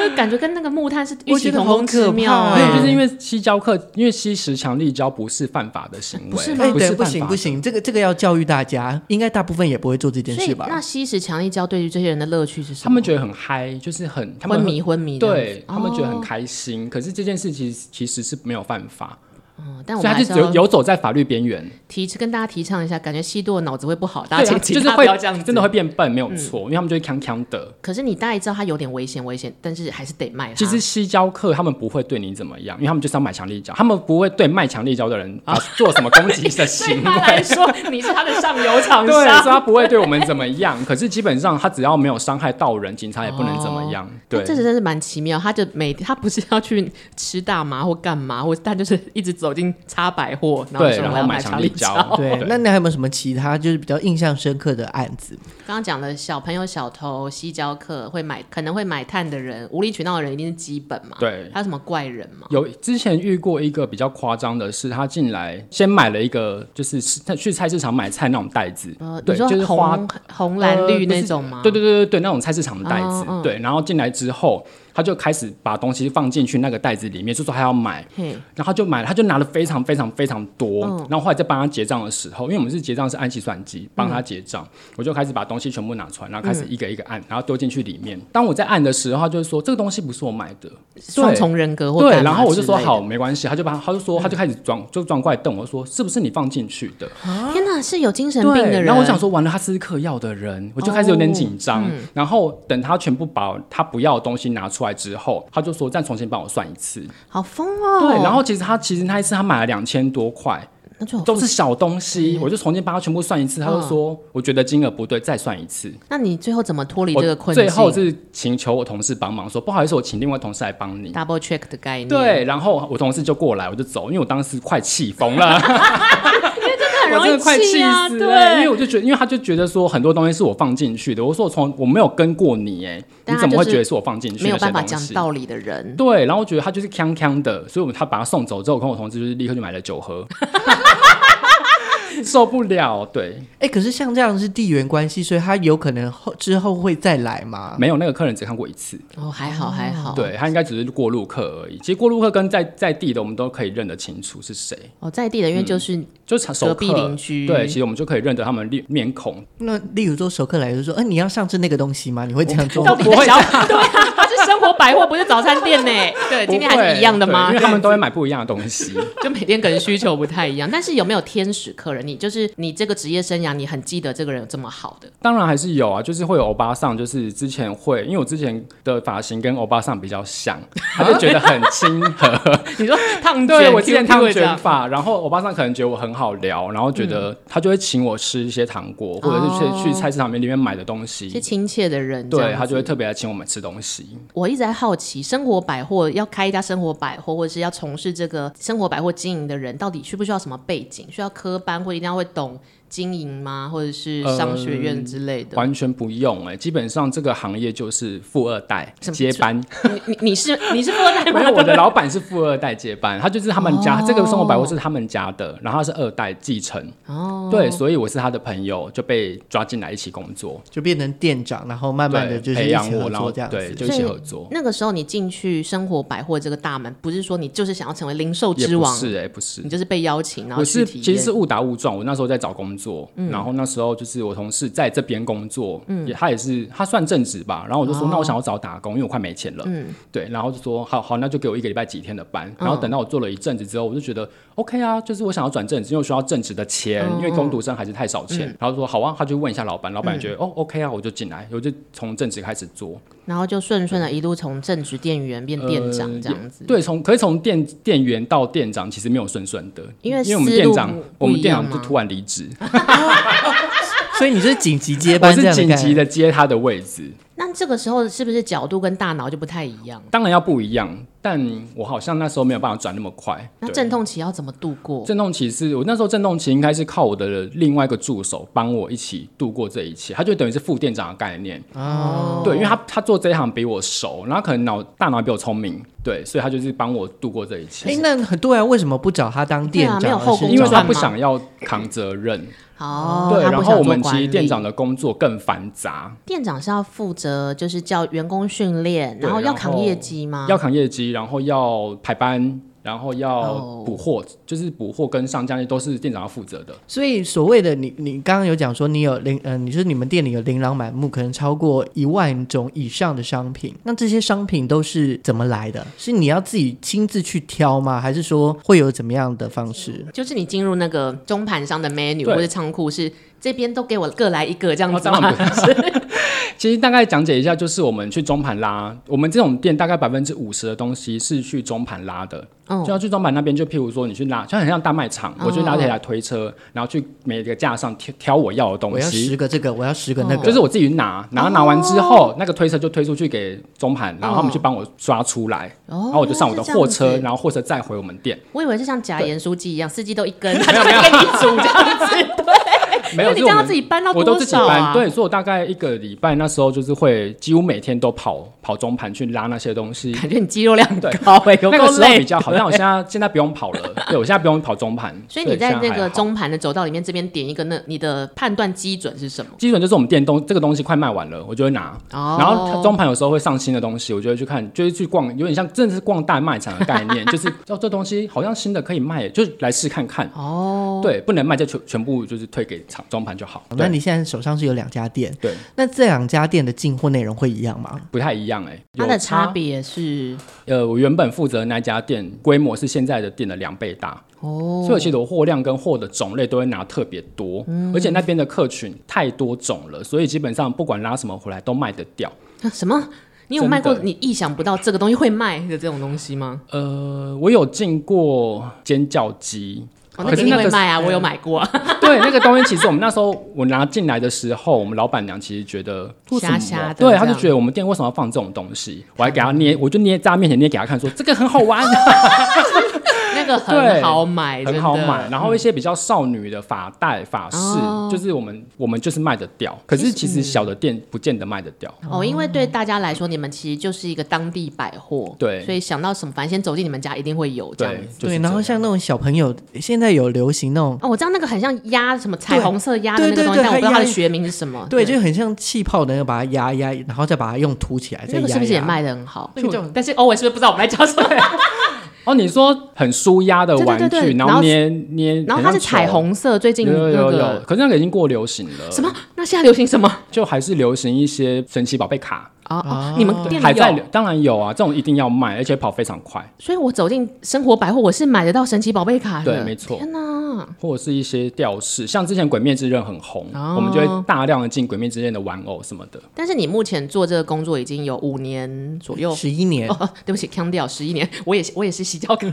S1: 这个感觉跟那个木炭是异
S2: 我
S1: 曲
S2: 觉得
S1: 同
S2: 好
S1: 工
S2: 可
S1: 之妙
S2: 怕
S1: 啊，
S2: 哦
S3: 对，就是因为吸胶课，因为吸食强力胶不是犯法的行为，
S1: 不是吗
S2: 哎，
S3: 不
S2: 对，
S3: 是
S2: 不
S3: 犯
S2: 行
S3: 法
S2: 不
S3: 的。
S2: 行，这个这个要教育大家，应该大部分也不会做这件
S1: 所
S2: 事
S1: 以
S2: 吧？
S1: 那吸食强力胶对于这些人的乐趣是什么？
S3: 他们觉得很嗨，就是很他们
S1: 昏
S3: 很
S1: 迷昏迷这样子，
S3: 对他们觉得很
S1: 哦
S3: 开心，可是这件事其实其实是没有犯法，
S1: 嗯，但
S3: 所
S1: 我们
S3: 以他
S1: 还
S3: 就是游
S1: 要
S3: 游走在法律边缘。
S1: 提跟大家提倡一下，感觉吸多脑子会不好，大
S3: 对
S1: 家
S3: 啊，
S1: 请请
S3: 就是
S1: 大家不
S3: 会
S1: 要这样子，嗯
S3: 真的会。变笨，没有错，因为他们就会康康的。
S1: 可是你大概知道它有点危险，危险，但是还是得卖它。
S3: 其实吸胶客他们不会对你怎么样，因为他们就是要买强力胶，他们不会对卖强力胶
S1: [laughs]
S3: 的人啊做什么攻击的
S1: 对 [laughs]
S3: 行
S1: 他来
S3: 为。
S1: 说，你是他的上游厂
S3: [laughs] 对，所以
S1: 商。
S3: 他不会对我们怎么样。可是基本上他只要没有伤害到人，警察也不能怎么
S1: 哦
S3: 样。对
S1: 但，这真的是蛮奇妙，他就每他不是要去吃大麻或干嘛，或他就是一直走进插百货，然后
S3: 对
S1: 说
S3: 然后
S1: 我要
S3: 买
S1: 买
S3: 强
S1: 强
S3: 力
S1: 力
S3: 胶
S1: 胶。
S2: 对，那你还有没有什么其他就是比较印象深刻的案子？
S1: [laughs] 刚刚讲的小朋友、小偷、吸胶客会买，可能会买炭的人，无理取闹的人一定是基本嘛。
S3: 对
S1: 还有什么怪人嘛？
S3: 有之前遇过一个比较夸张的是，他进来先买了一个，就是市去菜市场买菜那种袋子，
S1: 呃，
S3: 对，
S1: 你说
S3: 就是花
S1: 红红蓝绿
S3: 呃不是
S1: 那种吗？
S3: 对对对对对，那种菜市场的袋子，
S1: 嗯嗯
S3: 对，然后进来之后，他就开始把东西放进去那个袋子里面，就说他要买，
S1: 嘿，
S3: 然后他就买了，他就拿了非常非常非常多，
S1: 嗯
S3: 然后后来在帮他结账的时候，因为我们是结账是按计算机帮
S1: 嗯
S3: 他结账，我就开始把东西全部拿出来，然后开始一个一个按，然后丢进去里面。当我在按的时候，他就说这个东西不是我买的，
S1: 双重人格或
S3: 对，
S1: 干嘛
S3: 然后我就
S1: 之
S3: 说
S1: 类的嗯
S3: 好，。没关系，他就把他就说他就开始装就装怪瞪我说是不是你放进去的？
S1: 天哪，是有精神病
S3: 对，
S1: 的人。
S3: 然后我想，说，完了，他是嗑药的人，我就开始有点紧张。
S1: 嗯
S3: 然后等他全部把他不要的东西拿出来之后，他就说再重新帮我算一次。
S1: 好疯哦。
S3: 对，然后其实他其实那一次他买了两千多块，
S1: 那就
S3: 都是小东西，我就重新帮他全部算一次。他就
S1: 嗯
S3: 说我觉得金额不对，再算一次。
S1: 那你最后怎么脱离
S3: 我
S1: 这个困境？
S3: 最后是请求我同事帮忙，说不好意思，我请另外同事来帮你。
S1: double check 的概念。，
S3: 对，然后我同事就过来，我就走，因为我当时快气
S1: [laughs]
S3: 疯了。
S1: 很
S3: 我
S1: 容
S3: 真的
S1: 易
S3: 快气
S1: 啊，
S3: 死了，因为
S1: 对。
S3: 我就觉得，因为他就觉得说很多东西是我放进去的。我说我从我没有跟过你，哎，
S1: 但
S3: 你
S1: 他
S3: 怎么会
S1: 就是
S3: 觉得是我放进去？
S1: 没有办法讲。道理的人，
S3: 对，然后我觉得他就是锵锵的，所以我们他把他送走之后，我跟我同事就是立刻就买了酒喝， [laughs] 受不了。对，
S2: 哎，可是像这样是地缘关系，所以他有可能后之后会再来嘛？
S3: 没有那个客人只看过一次，
S1: 哦，还好还好，，
S3: 对他应该只是过路客而已。其实过路客跟在在地的我们都可以认得清楚是谁，
S1: 哦，在地的因为就是
S3: 就是嗯啊熟
S1: 隔壁
S3: 客
S1: 邻居
S3: 对，其实我们就可以认得他们面面孔，
S2: 那例如说熟客来就说，嗯、你要上次那个东西吗？你会这样做
S1: 到
S2: 吗？
S1: 底在想 [laughs] 对啊，它是生活百货，不是早餐店
S3: [laughs]
S1: 呢。对，今天还是一样的
S3: 不
S1: 吗？
S3: 会对因为他们都会买不一样的东西。
S1: [laughs]
S3: [laughs]
S1: 就每天可能需求不太一样，但是有没有天使客人？你就是你这个职业生涯，你很记得这个人有这么好的，
S3: 当然还是有啊，就是会有欧巴桑，就是之前会，因为我之前的发型跟欧巴桑比
S1: [laughs]
S3: 较像，他就觉得很亲和。
S1: 你说烫
S3: 对
S1: 卷，
S3: 我之前
S1: QQ
S3: 烫
S1: 这
S3: 卷
S1: 样嗯
S3: 发，然后欧巴桑可能觉得我很好聊，然后觉得他就会请我吃一些糖果，或者是去去菜市场里面买的东
S1: 是
S3: 西。
S1: 亲切的人，哦这
S3: 对
S1: 样
S3: 他就会
S1: 子
S3: 特别来请我们吃东西，
S1: 我一直在好奇，生活百货要开一家生活百货，或者是要从事这个生活百货经营的人，到底需不需要什么背景？需要科班，或一定要会懂经营吗？或者是商学院之类的？
S3: 呃完全不用哎、基本上这个行业就是富二代
S1: 什么
S3: 接班，
S1: 你你你是你是富二
S3: [laughs]
S1: 代吗
S3: 没有，？我
S1: [laughs]
S3: 的老板是富二代接班，他就是他们家、这个生活百货是他们家的，然后他是二代继承，
S1: 哦，
S3: 对，所以我是他的朋友，就被抓进来一起工作，
S2: 就变成店长，然后慢慢的
S3: 对
S2: 就是
S3: 培
S2: 一起
S3: 养
S2: 合
S3: 我，然后
S2: 作这样子。
S3: 对，就一
S1: 所以
S3: 起合作。
S1: 那个时候你进去生活百货这个大门，不是说你就是想要成为零售
S3: 也
S1: 之
S3: 不
S1: 王，
S3: 是哎、不是
S1: 你，就是被邀请，然后
S3: 我
S1: 去
S3: 是
S1: 体验。嗯
S3: 其实是误打误撞。我那时候在找工作，然后那时候就是我同事在这边工作，也他也是他算正职吧，然后我就
S1: 哦
S3: 说、那我想要找打工，因为我快没钱了，
S1: 嗯
S3: 对，然后就说好好，那就给我一个礼拜几天的班。然后等到我做了一阵子之后，我就觉得 OK 啊，就是我想要转正职，因为我需要正职的钱，
S1: 哦
S3: 因为工读生还是太少钱。
S1: 嗯
S3: 然后说好啊，他就问一下老板，老板觉得、哦 OK 啊，我就进来，我就从正职开始做。
S1: 然后就顺顺的一路从正职店员变店长
S3: 呃
S1: 这样子。
S3: 对，从可是从店店员到店长其实没有顺顺的，
S1: 因为
S3: 因为我们
S1: 思路
S3: 店长
S1: 不
S3: 我
S1: 不
S3: 们
S1: 一
S3: 店
S1: 样
S3: 长就
S1: 吗
S3: 突然离职，
S2: 所以你是紧急接
S3: 我
S2: 班这
S3: 是
S2: 样的
S3: 紧
S2: 概
S3: 急
S2: 念。
S3: 的接他的位置，
S1: 那这个时候是不是角度跟大脑就不太一样？
S3: 当然要不一样。但我好像那时候没有办法转那么快。
S1: 那
S3: 对
S1: 阵痛期要怎么度过？
S3: 震动期是我那时候震动期应该是靠我的另外一个助手帮我一起度过这一切，他就等于是副店长的概念。
S1: 哦
S3: 对，因为他他做这一行比我熟，然后可能脑大脑比我聪明，对，所以他就是帮我度过这一
S2: 哎、
S3: 切。
S2: 那很多人为什么不找他当店长？
S1: 对啊没有后宫
S2: 而是
S3: 因为他
S1: 转
S3: 不
S1: 吗
S3: 想要扛责任，
S1: 哦，
S3: 对，
S1: 他不想
S3: 然后我
S1: 做
S3: 们其
S1: 管
S3: 实
S1: 理
S3: 店长的工作更繁杂，
S1: 店长是要负责就是叫员工训练，
S3: 对
S1: 然后要
S3: 然
S1: 扛
S3: 后
S1: 业绩吗？
S3: 要扛业绩，然后要排班，然后要
S1: 哦
S3: 补货，就是补货跟上架那都是店长要负责的。
S2: 所以所谓的你，你刚刚有讲说你有琳，呃，你说你们店里有琳琅满目，可能超过一万种以上的商品。那这些商品都是怎么来的？是你要自己亲自去挑吗？还是说会有怎么样的方式？
S1: 就是你进入那个中盘商的 menu
S3: 对
S1: 或者仓库，是这边都给我各来一个这样
S3: 哦
S1: 子
S3: 当
S1: 吗？
S3: 然不其实大概讲解一下，就是我们去中盘拉，我们这种店大概百分之五十的东西是去中盘拉的，
S1: 嗯
S3: 就要去中盘那边，就譬如说你去拉，就很像大卖场，我去拿
S1: 哦
S3: 起来推车，然后去每个架上挑挑我要的
S2: 我
S3: 东
S2: 要
S3: 西
S2: 十。个这个，我要十个那个，[laughs]
S3: 哦就是我自己拿，然后拿完
S1: 哦
S3: 之后，那个推车就推出去给中盘，然后他们去帮我刷出来，
S1: 哦
S3: 然后我就上我的
S1: 是这样
S3: 货车，
S1: 子
S3: 然后货车再回我们店。
S1: 我以为是像夹盐酥鸡一样，司机都一根，他
S3: 没
S1: 就
S3: 有
S1: 会
S3: 没有
S1: 给你煮这样子。对，
S3: [laughs] 没有
S1: 那你
S3: 就
S1: 这
S3: 我
S1: 样
S3: 们
S1: 自己搬到
S3: 我都
S1: 多
S3: 自己
S1: 少
S3: 搬，
S1: 啊？
S3: 对，所以我大概一个礼拜那时候就是会几乎每天都跑跑中盘去拉那些东西。
S1: 感觉你肌肉量
S3: 对
S1: 高哎，有
S3: 那个
S1: 够
S3: 时候
S1: 累
S3: 比较好，
S1: 的
S3: 但我现在现在不用跑了，对我现在不用跑中盘，
S1: 所以你在
S3: 现
S1: 那
S3: 还
S1: 个
S3: 好
S1: 中盘的走道里面，这边点一个那，你的判断基准是什么？
S3: 基准就是我们店东这个东西快卖完了，我就会拿。
S1: 哦
S3: 然后它中盘有时候会上新的东西，我就会去看，就是去逛，有点像真的是逛大卖场的概念， [laughs] 就是哦这东西好像新的可以卖，就来试看看。
S1: 哦，
S3: 对，不能卖就全全部就是退给厂中盘就好。
S2: [laughs] 那
S3: 对
S2: 你现在手上是有两家店，
S3: 对
S2: 那这两家店的进货内容会一样吗？
S3: 不太一样哎、
S1: 它
S3: 有
S1: 的差别是
S3: 呃，我原本负责的那家店规模是现在的店的两倍大，
S1: 哦
S3: 所以我其实我货量跟货的种类都会拿特别多，
S1: 嗯
S3: 而且那边的客群太多种了，所以基本上不管拉什么回来都卖得掉。
S1: 啊什么？你有
S3: 真的
S1: 卖过你意想不到这个东西会卖的这种东西吗？
S3: 呃，我有进过煎饺机。
S1: 哦，
S3: 可
S1: 那
S3: 是
S1: 一定
S3: 那
S1: 会
S3: 个嗯
S1: 卖啊！我有买
S3: [laughs]
S1: 过啊，
S3: 对，那个东西其实我们那时候我拿进来的时候，我们老板娘其实觉得为什
S1: 瞎
S3: 么
S1: 瞎的
S3: 对，她
S1: 这
S3: 就
S1: 样
S3: 觉得我们店为什么要放这种东西？我还给她捏，我就捏在她面前捏给她看说这个很好
S1: [laughs]
S3: 玩，
S1: 那个
S3: 对
S1: 很好买，
S3: 很
S1: 哎真
S3: 好
S1: 的嗯
S3: 买。然后一些比较少女的发带、发饰，
S1: 哦
S3: 就是我们我们就是卖得掉。可是其实小的店不见得卖得掉。
S1: 哦，因为对大家来说，你们其实就是一个当地百货，
S3: 对
S1: 所以想到什么，反正先走进你们家一定会有这样
S3: 对
S1: 子。，
S3: 就是
S2: 对，然后
S3: 这样
S2: 像那种小朋友，现在有流行那种，
S1: 哦，我知道那个很像鸭什么彩虹色鸭的
S2: 对
S1: 那个
S2: 对
S1: 东西，
S2: 对
S1: 但我不知道它的
S2: 它压
S1: 学名是什么。
S2: 对，就很像气泡的那个，把它压一压，然后再把它用凸起来，再
S1: 那个
S2: 压
S1: 是不
S2: 一
S1: 是也
S3: 啊
S2: 压。
S1: 卖的很好
S2: 那个叫？
S1: 但是哦，我是不是不知道我们在讲什
S3: [laughs]
S1: 么？
S3: 哦，你说很舒压的
S1: 对对
S3: 玩具，
S1: 对对
S3: 然
S1: 然后
S3: 后捏捏，
S1: 然后
S3: 很
S1: 它是
S3: 像
S1: 彩
S3: 球。
S1: 虹色，最近
S3: 有
S1: 那
S3: 有有有，
S1: 个
S3: 可是那个已经过流行了。
S1: 什么？那现在流行什么？
S3: 就还是流行一些神奇宝贝卡，
S1: 哦
S2: 啊
S1: 哦，你们店
S3: 还
S1: 里
S3: 在
S1: 有
S3: 流，当然有啊，这种一定要卖，而且跑非常快，
S1: 所以我走进生活百货，我是买得到神奇宝贝卡的。
S3: 对没错
S1: 哎天哪，
S3: 或者是一些吊饰，像之前《鬼灭之刃》很红，
S1: 哦
S3: 我们就会大量的进《鬼灭之刃》的玩偶什么的。
S1: 但是你目前做这个工作已经有五年左右。
S2: 十一年，
S1: [laughs] 哦，对不起，腔掉十一年， [laughs] 我也是 [laughs] 我也是洗脚哥，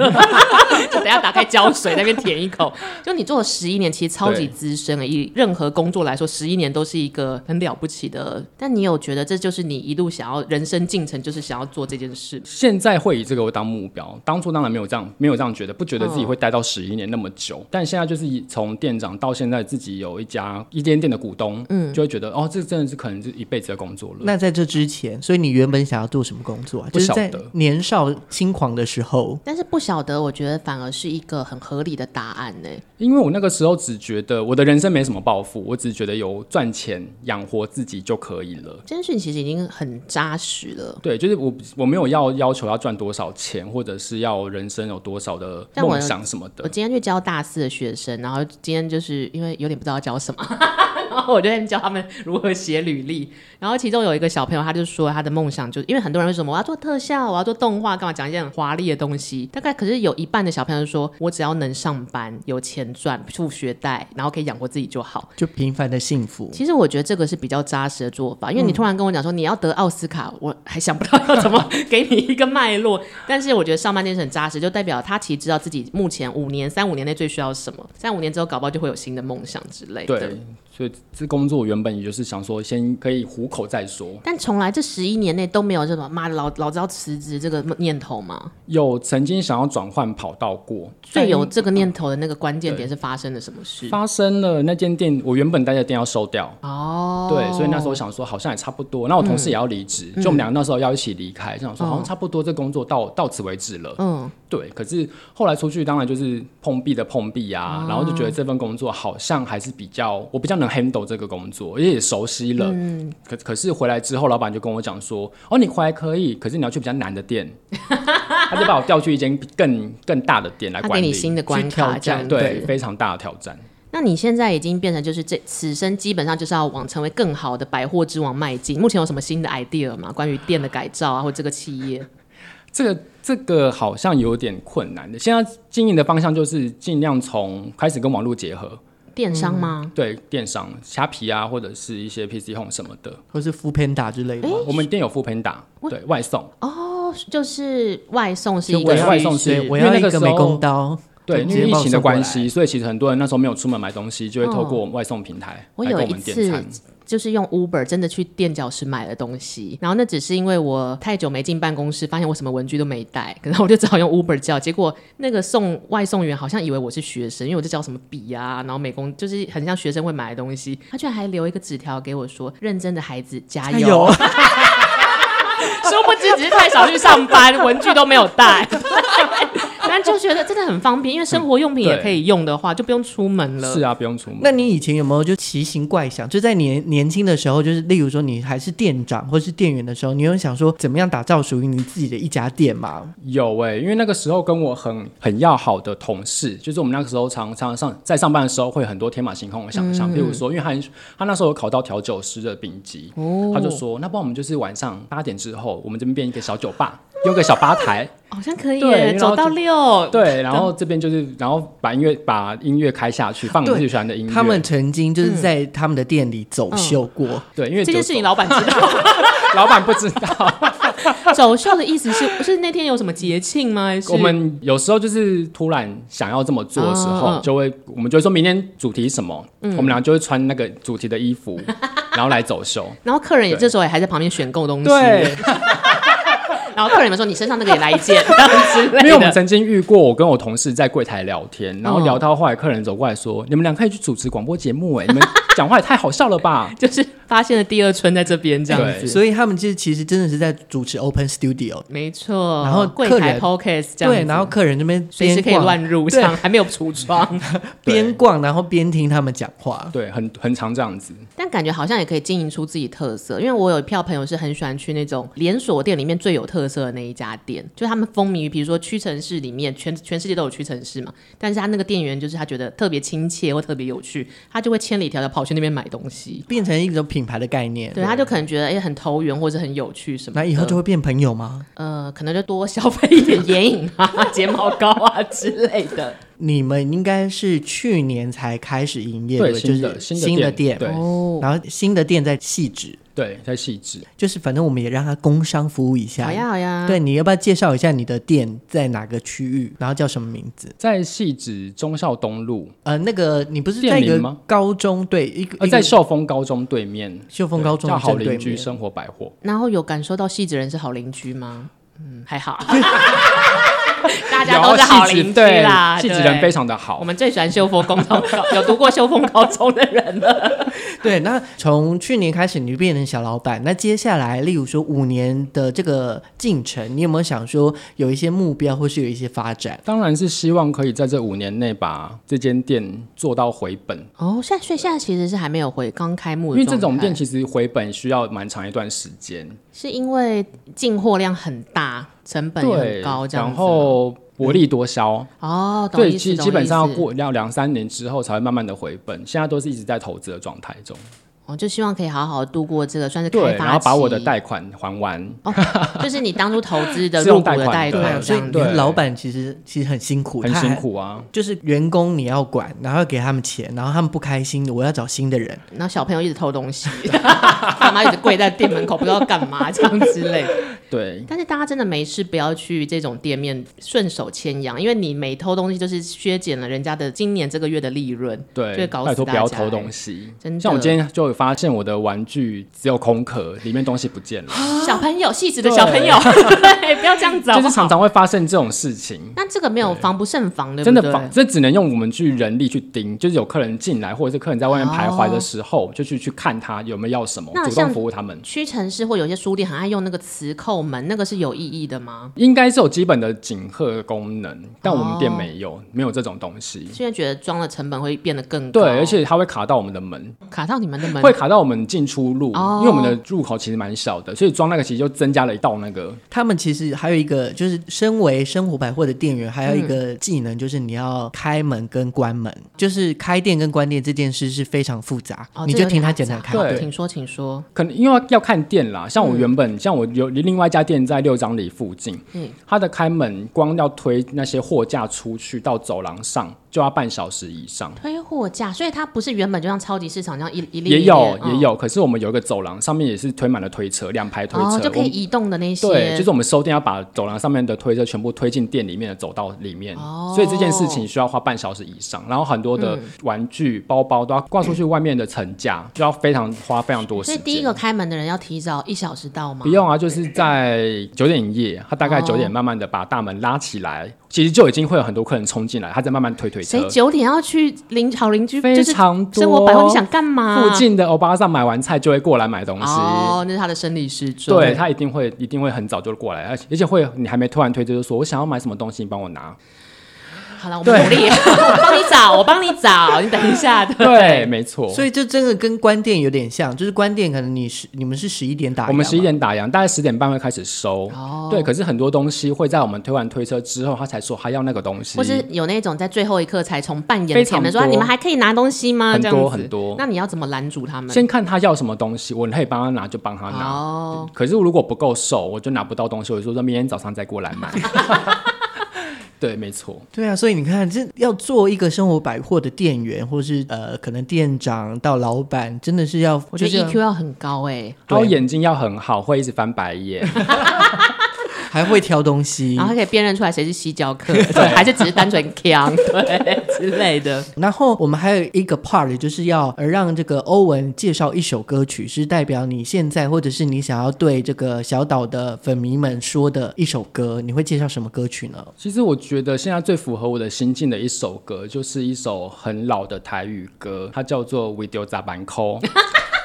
S1: 就等一下打开胶水那边舔一口。 [laughs] 就你做了十一年，其实超级
S3: 对
S1: 资深了，以任何工作来说，十一年都是一个很了不起的。但你有觉得这就是你一路想要人生进程，就是想要做这件事？
S3: 现在会以这个当目标，当初当然没有这样，没有这样觉得，不觉得自己会待到十一年那么久。但现在就是以从店长到现在自己有一家一间店的股东，嗯，就会觉得哦，这真的是可能是一辈子的工作了。
S2: 那在这之前，所以你原本想要做什么工作啊？就
S3: 不
S2: 是
S3: 晓
S2: 在
S3: 得
S2: 年少轻狂的时候，
S1: 但是不晓得，我觉得反而是一个很合理的答案欸呢、
S3: 因为我那个时候只觉得我的人生没什么抱负，我只觉得有赚钱养活自己就可以了。
S1: 这件事情其实已经很扎实了。
S3: 对，就是我我没有要要求要赚多少钱，或者是要人生有多少的
S1: 但我
S3: 梦想什么
S1: 我
S3: 的。
S1: 今天去教大四的学生，然后今天就是因为有点不知道教什么， [laughs] 然后我就在教他们如何写履历。然后其中有一个小朋友，他就说他的梦想就是因为很多人会说什么我要做特效，我要做动画，干嘛讲一些很华丽的东西。大概可是有一半的小朋友就说，我只要能上班，有钱赚，付学贷，然后可以养活自己就好。
S2: 就平凡的幸福。
S1: 其实我觉得这个是比较扎实的做法，因
S3: 嗯
S1: 为你突然跟我讲说你要得奥斯卡，我还想不到要怎么给你一个脉络。但是我觉得上半件事很扎实，就代表他其实知道自己目前五年、三五年内最需要什么，三五年之后搞不好就会有新的梦想之类的。
S3: 对，所以这工作原本也就是想说先可以糊口再说。
S1: 但从来这十一年内都没有这种妈的老老子要辞职这个念头嘛。
S3: 有曾经想要转换跑道过，
S1: 最有这
S3: 嗯
S1: 个念头的那个关键点是发生了什么事？
S3: 发生了那间店，我原本待的店要收掉，
S1: 哦，嗯
S3: 对，所以那时候想说好像也差不多。那我同事也要离职，就我们两个那时候要一起离开，就想说好像差不多，这工作到到此为止了。
S1: 嗯，
S3: 对，可是后来出去当然就是碰壁的碰壁啊，然后就觉得这份工作好像还是比较我比较能 handle 这个工作，因为也熟悉了。
S1: 嗯
S3: 可可是回来之后，老板就跟我讲说，哦，你回来可以，可是你要去比较难的
S1: [laughs]
S3: 店，他就把我调去一间更更大的店来
S1: 他
S3: 管
S1: 给
S3: 理，
S1: 你新的关
S3: 去
S1: 卡
S3: 挑
S1: 这样
S3: 战，对，
S1: 子
S3: 非常大的挑战。
S1: 那你现在已经变成就是这此生基本上就是要往成为更好的百货之王迈进。目前有什么新的 idea 吗？关于店的改造啊，或这个企业？
S3: 这个这个好像有点困难的。现在经营的方向就是尽量从开始跟网络结合，
S1: 电商吗？
S3: 对电商、虾皮啊，或者是一些 PC Home 什么的。
S2: 或是 f 偏打之类的吗。
S3: 我们店有副平打，对外送，
S1: 哦，就是外送是一
S3: 就我
S1: 个
S3: 要外送是
S2: 对，我
S3: 因为
S2: 要
S3: 那
S2: 一
S3: 个
S2: 个
S3: 时
S2: 美
S3: 候嗯
S2: 工刀。
S3: 对，
S2: 就
S3: 因
S2: 直接
S3: 为疫
S2: 帮我
S3: 情的
S2: 送过
S3: 关
S2: 来
S3: 系，所以其实很多人那时候没有出门买东西，就会透过外送平台
S1: 我
S3: 来跟
S1: 有
S3: 我
S1: 一
S3: 们点
S1: 次
S3: 餐。
S1: 就是用 Uber 真的去垫脚石买了东西，然后那只是因为我太久没进办公室，发现我什么文具都没带， [laughs] 然后我就只好用 Uber 叫。结果那个送外送员好像以为我是学生，因为我就叫什么笔啊，然后美工就是很像学生会买的东西，他居然还留一个纸条给我说：“认真的孩子，加油。
S2: 有，
S1: [laughs] 殊不知只是太少去上班， [laughs] 文具都没有带。 [laughs] 但就觉得真的很方便，因为生活用品也可以用的话，就不用出门了。
S3: 是啊，不用出门。
S2: 那你以前有没有就奇形怪想？就在年年轻的时候，就是例如说你还是店长或是店员的时候，你有想说怎么样打造属于你自己的一家店吗？
S3: 有哎、因为那个时候跟我很很要好的同事，就是我们那个时候常常上在上班的时候会很多天马行空的想
S1: 嗯
S3: 象，譬如说，因为他很他那时候有考到调酒师的丙级，
S1: 哦
S3: 他就说，那不然我们就是晚上八点之后，我们这边变一个小酒吧，用个小吧台，
S1: 好像可以
S3: 对
S1: 耶，
S3: 然后
S1: 走到
S3: 就
S1: 六。
S3: 对，然后这边就是然后把音乐把音乐开下去，放我们自己喜欢的音乐。
S2: 他们曾经就是在他们的店里走秀过，
S3: 对，因为
S1: [laughs] 这件事
S3: 酒
S1: 情老板知道。
S3: 老板不知道，
S1: [laughs] 走秀的意思是，不是那天有什么节庆吗？还是
S3: 我们有时候就是突然想要这么做的时
S1: 哦
S3: 候，就会我们就会说明天主题什么，
S1: 嗯
S3: 我们俩就会穿那个主题的衣
S1: [laughs]
S3: 服，然后来走秀。
S1: 然后客人也
S3: 对
S1: 这时候也还在旁边选购东西，
S3: 对，
S1: 然后客人们说你身上那个也来一 [laughs] 件，这样之类的。嗯
S3: 因为我们曾经遇过，我跟我同事在柜台聊天，然后聊到后来，客人走过来说：“你们俩可以去主持广播节目，哎，
S1: [laughs]
S3: 你们讲话也太好笑了吧 [laughs]
S1: 就是发现了第二春在这边这样
S3: 嗯对
S1: 子，
S2: 所以他们就是其实真的是在主持 Open Studio，
S1: 没错。
S2: 然后
S1: 柜
S2: 客
S1: 台
S2: 人
S1: podcast 这样子，
S2: 对，然后客人这边
S1: 随时
S2: 边
S1: 可以
S2: 逛
S1: 乱入，
S2: 对
S1: 这样还没有橱窗。
S2: 边逛，然后边听他们讲话？”。
S3: 对，很很常这样子。
S1: 但感觉好像也可以经营出自己特色，因为我有一票朋友是很喜欢去那种连锁店里面最有特色的那一家店，就他们风靡于，比如说屈臣氏里面，全全世界都有屈臣氏嘛，但是他那个店员就是他觉得特别亲切或特别有趣，他就会千里迢迢跑去那边买东
S2: [laughs]
S1: 西，
S2: 变成一种品牌的概念，
S1: 对，他就可能觉得哎、很投缘或者很有趣什么
S2: 那
S1: 的，
S2: 以后就会变朋友吗？
S1: 呃可能就多消费一点 [laughs] 眼影啊、睫毛膏啊之类的。
S2: 你们应该是去年才开始营业，
S3: 对，
S2: 不
S3: 新
S2: 就
S3: 的
S2: 是
S3: 新的
S2: 店，
S3: 对
S1: 哦，
S2: 然后新的店在细致，
S3: 对，在细致。
S2: 就是反正我们也让他工商服务一下。
S1: 好呀好呀，
S2: 对，你要不要介绍一下你的店在哪个区域，然后叫什么名字？
S3: 在细致忠孝东路，
S2: 呃，那个你不是
S3: 店
S2: 在一
S3: 名
S2: 个
S3: 吗
S2: 高中对一个
S1: 嗯
S3: 呃，
S2: 一
S3: 在
S2: 个
S3: 秀峰高中对面，
S2: 秀峰高中
S3: 叫
S2: 的
S3: 好
S2: 正对
S3: 邻居
S2: 面？
S3: 生活百货。
S1: 然后有感受到戏子人是好邻居吗？嗯，还
S3: [laughs]
S1: 好，大家都是好邻居啦。
S3: 啊戏
S1: 对
S3: 子人非常的好
S1: 我。们最喜欢修佛高中，有读过修风高中的人
S3: [laughs]
S1: 了。
S2: 对，那从去年开始你就变成小老板，那接下来例如说五年的这个进程，你有没有想说有一些目标或是有一些发展？
S3: 当然是希望可以在这五年内把这间店做到回本，
S1: 哦，现在所以现在其实是还没有回刚开幕
S3: 因
S1: 的
S3: 为
S1: 状态，
S3: 这种店其实回本需要蛮长一段时间，
S1: 是因为进货量很大，成本也
S3: 对，
S1: 很高，这样子
S3: 然后薄利多销，
S1: 哦，懂
S3: 对，
S1: 意思
S3: 基
S1: 懂
S3: 基本上
S1: 意
S3: 要
S1: 思
S3: 过要两三年之后才会慢慢的回本，现在都是一直在投资的状态中，
S1: 我哦就希望可以好好度过这个算是
S3: 对，
S1: 开发
S3: 然后把我的
S1: 期
S3: 贷款还完，
S1: [laughs] 就是你当初投资的
S3: [laughs] 是用
S1: 入股
S3: 贷
S1: 的
S3: 款
S1: 贷
S3: 的对啊
S1: 款，这
S2: 所以
S1: 样子
S2: 你的
S3: 对
S2: 老板其实其实很辛苦，
S3: 很
S2: 他
S3: 辛
S2: 还
S3: 苦啊，
S2: 就是员工你要管，然后要给他们钱，然后他们不开心，我要找新的人。
S1: [laughs] 然后小朋友一直偷东西，爸妈一直跪在店门口不知道干嘛这样之类的。
S3: 对，
S1: 但是大家真的没事，不要去这种店面顺手牵羊，因为你每偷东西就是削减了人家的今年这个月的利润，
S3: 对，
S1: 就会搞
S3: 拜
S1: 死
S3: 托
S1: 大
S3: 不
S1: 家欸
S3: 要偷东西。
S1: 真的
S3: 像我今天就有发现，我的玩具只有空壳，里面东西不
S1: [laughs]
S3: 见了，
S1: 欸小朋友细致的小朋
S3: [laughs]
S1: 友，对，不要这样子好
S3: 就
S1: 不
S3: 是常
S1: 好？
S3: 常会发生这种事情。
S1: 那这个没有防不胜防，对不
S3: 真
S1: 对？
S3: 的防，这只能用我们去人力去盯，就是有客人进来或者是客人在外面徘徊的时候，就去去看他有没有要什么
S1: 哦那，
S3: 主
S1: 像
S3: 动服务他们。
S1: 屈臣氏或有些书店很爱用那个磁扣门，那个是有意义的吗？
S3: 应该是有基本的警贺功能，但我们
S1: 哦
S3: 店没有，没有这种东西。
S1: 现在觉得装的成本会变得更高，
S3: 对，而且它会卡到我们的门，
S1: 卡到你们的哦门
S3: 会卡到我们进出入，
S1: 哦
S3: 因为我们的入口其实蛮小的，所以装那个其实就增加了一道那个。
S2: 他们其实还有一个，就是身为生活百货的店员，还有一
S3: 嗯
S2: 个技能，就是你要开门跟关门，就是开店跟关店这件事是非常复杂，
S1: 哦
S2: 你
S1: 这
S2: 就
S1: 有点
S2: 听他
S1: 复
S2: 简
S1: 杂
S2: 单看。
S3: 对
S1: 请说，请说。
S3: 可能因为要看店啦，像我原本、像我有另外一家店在六张里附近，
S1: 嗯
S3: 它的开门光要推那些货架出去到走廊上就要半小时以上。
S1: 推货架，所以它不是原本就像超级市场这样一一哦列
S3: 也
S1: 一
S3: 有
S1: 列
S3: 也、有，可是我们有一个走廊，上面也是推满了推车，两排推
S1: 嗯
S3: 车，
S1: 哦，就可以
S3: 我
S1: 移动的那些，
S3: 对，就是我们收店要把走廊上面的推车全部推进店里面的走道里面，
S1: 哦嗯
S3: 所以这件事情需要花半小时以上。然后很多的玩具、包包都要挂出去外面的层架，就要非常花非常多时
S1: 所以
S3: 间。
S1: 第一个开门的人要提早一小时到吗？
S3: 不用啊，就是在九点营业，他大概
S1: 哦
S3: 九点慢慢的把大门拉起来，其实就已经会有很多客人冲进来，他在慢慢推推车
S1: 谁。九点要去邻好邻居，
S3: 非
S1: 就是
S3: 常多
S1: 生活百货，你想干嘛？
S3: 附近的欧巴桑买完菜就会过来买东西，
S1: 啊哦，那是他的生理时钟。
S3: 对他一定会一定会很早就过来，而且而且会你还没推完推车就说我想要买什么东西，你帮我
S1: [laughs]
S3: 拿。
S1: 好了，我们努力，我帮你找，我帮你找，你等一下的。
S3: 对， [laughs] 没错。
S2: 所
S3: 以
S2: 以这真的跟关店有点像，就是关店可能你是你们是十一点打烊嘛，
S3: 我们十一点打烊，大概十点半会开始收。
S1: 哦
S3: 对，可是很多东西会在我们推完推车之后，他才说他要那个东西。
S1: 或是有那种在最后一刻才从扮演
S3: 非
S1: 前
S3: 常
S1: 面说、啊
S3: 多
S1: 你们还可以拿东西吗？
S3: 很
S1: 啊这样
S3: 多
S1: 子
S3: 很多
S1: 那你要怎么拦阻他们？
S3: 先啊看他要什么东西，我可以帮他拿就帮他拿。
S1: 哦，
S3: 可是如果不够瘦，我就拿不到东西，我就说那明天早上再过来买。 [laughs] 对，没错。
S2: 对啊，所以你看，这要做一个生活百货的店员，或是呃，可能店长到老板，真的是要，
S1: 我觉
S2: 就是
S1: 得
S2: 要
S1: EQ 要很高哎、
S3: 然后
S2: 对
S3: 眼睛要很好，会一直翻白眼。
S2: 还会挑东
S1: [laughs]
S2: 西
S1: 然。后他可以辨认出来谁是西郊
S3: [laughs]
S1: 客，对，还是只是单纯强，对之类的。
S2: 然后我们还有一个 part 就是要呃让这个欧文介绍一首歌曲，是代表你现在或者是你想要对这个小岛的粉迷们说的一首歌，你会介绍什么歌曲呢？
S3: 其实我觉得现在最符合我的心境的一首歌，就是一首很老的台语歌，它叫做《We Do 杂板扣》。 [laughs]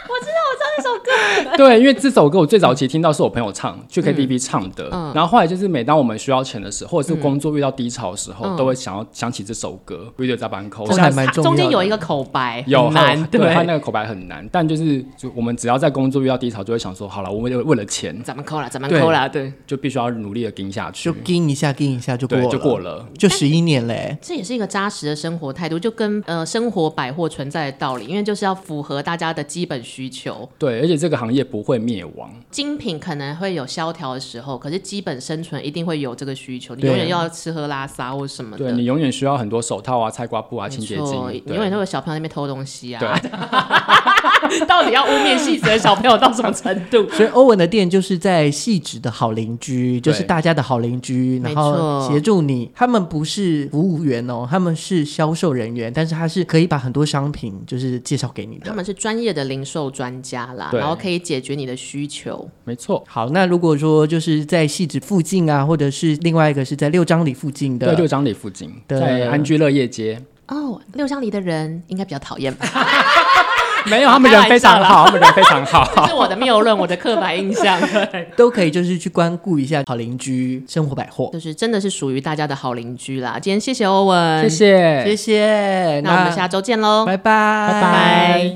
S3: 我知道，我知道这首歌。 [laughs] 对，因为这首歌我最早期听到是我朋友唱，去 KTV 唱的。然后后来就是每当我们需要钱的时候，或者是工作遇到低潮的时候，都会想要想起这首歌《We Do 杂板扣》。
S2: 这还蛮
S1: 它
S2: 重要的
S1: 中间有一个口白，
S3: 有
S1: 很难，嗯
S3: 对他那个口白很难，但就是就我们只要在工作遇到低潮，就会想说，好了，我们为了钱
S1: 咱们扣了，咱们
S3: 对
S1: 扣了，对，
S3: 就必须要努力的盯下去
S2: 就，跟一下，跟一下就过
S3: 对，
S2: 了，
S3: 就过，了。
S2: 就十一年嘞、欸。
S1: 这也是一个扎实的生活态度，就跟呃生活百货存在的道理，因为就是要符合大家的基本需求。
S3: 对，而且这个行业不会灭亡。
S1: 精品可能会有萧条的时候，可是基本生存一定会有这个需求，你
S2: 对
S1: 永远要吃喝拉撒或什么
S3: 对
S1: 的。
S3: 你永远需要很多手套啊、菜瓜布啊、清洁
S1: 错，
S3: 剂
S1: 你，永远都
S3: 对
S1: 有小朋友在那边偷东西啊！
S3: 对，
S1: [laughs] 到底要污蔑细则小朋友到什么程度？ [laughs]
S2: 所以欧文的店就是在细致的好邻居，就是大家的好邻居，
S1: 没
S2: 然
S1: 错
S2: 后协助你。他们不是服务员哦，他们是销售人员，但是他是可以把很多商品就是介绍给你
S1: 他
S2: 的。
S1: 们是专业的零售专家啦，
S3: 对
S1: 然后可以解决你的需求。
S3: 没错。
S2: 好，那如果说就是在细致附近啊，或者是另外一个是在六张里附近
S3: 对，六
S2: 的，
S3: 张里附近，
S2: 对
S3: 在安居乐
S1: [laughs]
S3: 业街，
S1: 哦，六乡里的人应该比较讨厌吧？
S3: 没有，他们人非常好，他们人非常
S1: 这 [laughs]
S3: 好。
S1: 是我的谬论，我的刻板印象，
S2: 都可以就是去关顾一下好邻居生活百货。
S1: 就是真的是属于大家的好邻居啦。今天嗯谢谢欧文，
S3: 谢，谢
S2: 谢谢，
S1: 那我们下周见喽，
S2: 拜拜，
S3: 拜
S2: 拜
S3: 拜。